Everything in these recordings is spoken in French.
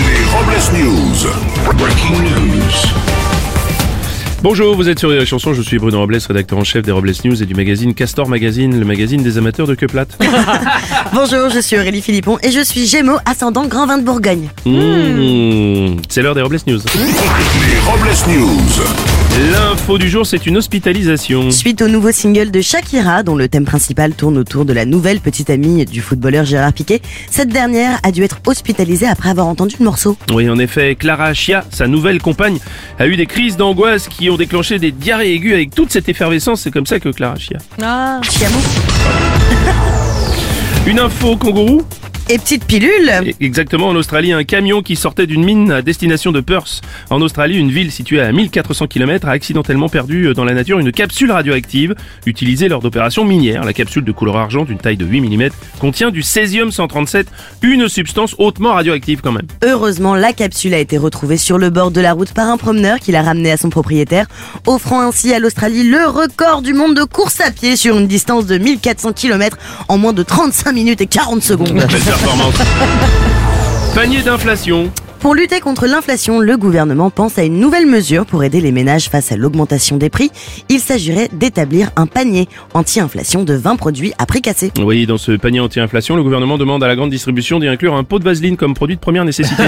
Flash News. Breaking news. Bonjour, vous êtes sur Rire et Chanson, je suis Bruno Robles, rédacteur en chef des Robles News et du magazine Castor Magazine, le magazine des amateurs de queue plate. Bonjour, je suis Aurélie Philippon et je suis Gémeaux, ascendant Grand Vin de Bourgogne. Mmh, c'est l'heure des Robles News. Les Robles News. L'info du jour, c'est une hospitalisation. Suite au nouveau single de Shakira, dont le thème principal tourne autour de la nouvelle petite amie du footballeur Gérard Piquet, cette dernière a dû être hospitalisée après avoir entendu le morceau. Oui, en effet, Clara Chia, sa nouvelle compagne, a eu des crises d'angoisse qui ont déclenché des diarrhées aiguës avec toute cette effervescence, c'est comme ça que Clara Chia. Ah. Chiamou. Une info kangourou Et petite pilule E- Exactement, en Australie, un camion qui sortait d'une mine à destination de Perth, en Australie, une ville située à 1400 km, a accidentellement perdu euh, dans la nature une capsule radioactive utilisée lors d'opérations minières. La capsule de couleur argent d'une taille de 8 mm contient du césium-137, une substance hautement radioactive quand même. Heureusement, la capsule a été retrouvée sur le bord de la route par un promeneur qui l'a ramenée à son propriétaire, offrant ainsi à l'Australie le record du monde de course à pied sur une distance de 1400 km en moins de 35 minutes et 40 secondes. Belle performance. Panier d'inflation. Pour lutter contre l'inflation, le gouvernement pense à une nouvelle mesure pour aider les ménages face à l'augmentation des prix. Il s'agirait d'établir un panier anti-inflation de 20 produits à prix cassé. Oui, dans ce panier anti-inflation, le gouvernement demande à la grande distribution d'y inclure un pot de vaseline comme produit de première nécessité.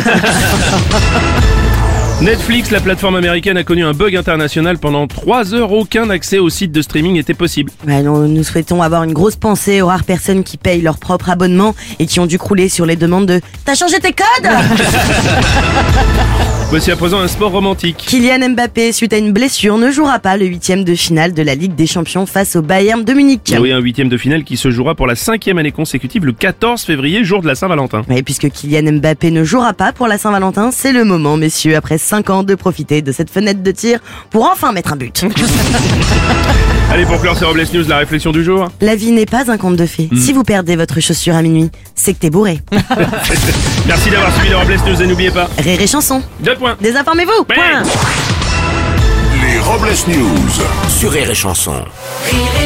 Netflix, la plateforme américaine, a connu un bug international. Pendant 3 heures, aucun accès au site de streaming était possible. Ouais, non, Bah, nous souhaitons avoir une grosse pensée aux rares personnes qui payent leur propre abonnement et qui ont dû crouler sur les demandes de « T'as changé tes codes ?» Voici à présent un sport romantique. Kylian Mbappé, suite à une blessure, ne jouera pas le huitième de finale de la Ligue des Champions face au Bayern de Munich. Oui, un huitième de finale qui se jouera pour la cinquième année consécutive le 14 février, jour de la Saint-Valentin. Ouais, puisque Kylian Mbappé ne jouera pas pour la Saint-Valentin, c'est le moment, messieurs, après 5 ans, de profiter de cette fenêtre de tir pour enfin mettre un but. Allez, pour clore ces Robles News, la réflexion du jour. La vie n'est pas un conte de fées. Si vous perdez votre chaussure à minuit, c'est que t'es bourré. Merci d'avoir suivi les Robles News et n'oubliez pas, Rire et chanson. deux points. Désinformez-vous. Ouais. Point. Les Robles News. Sur Rire et Chanson. Rire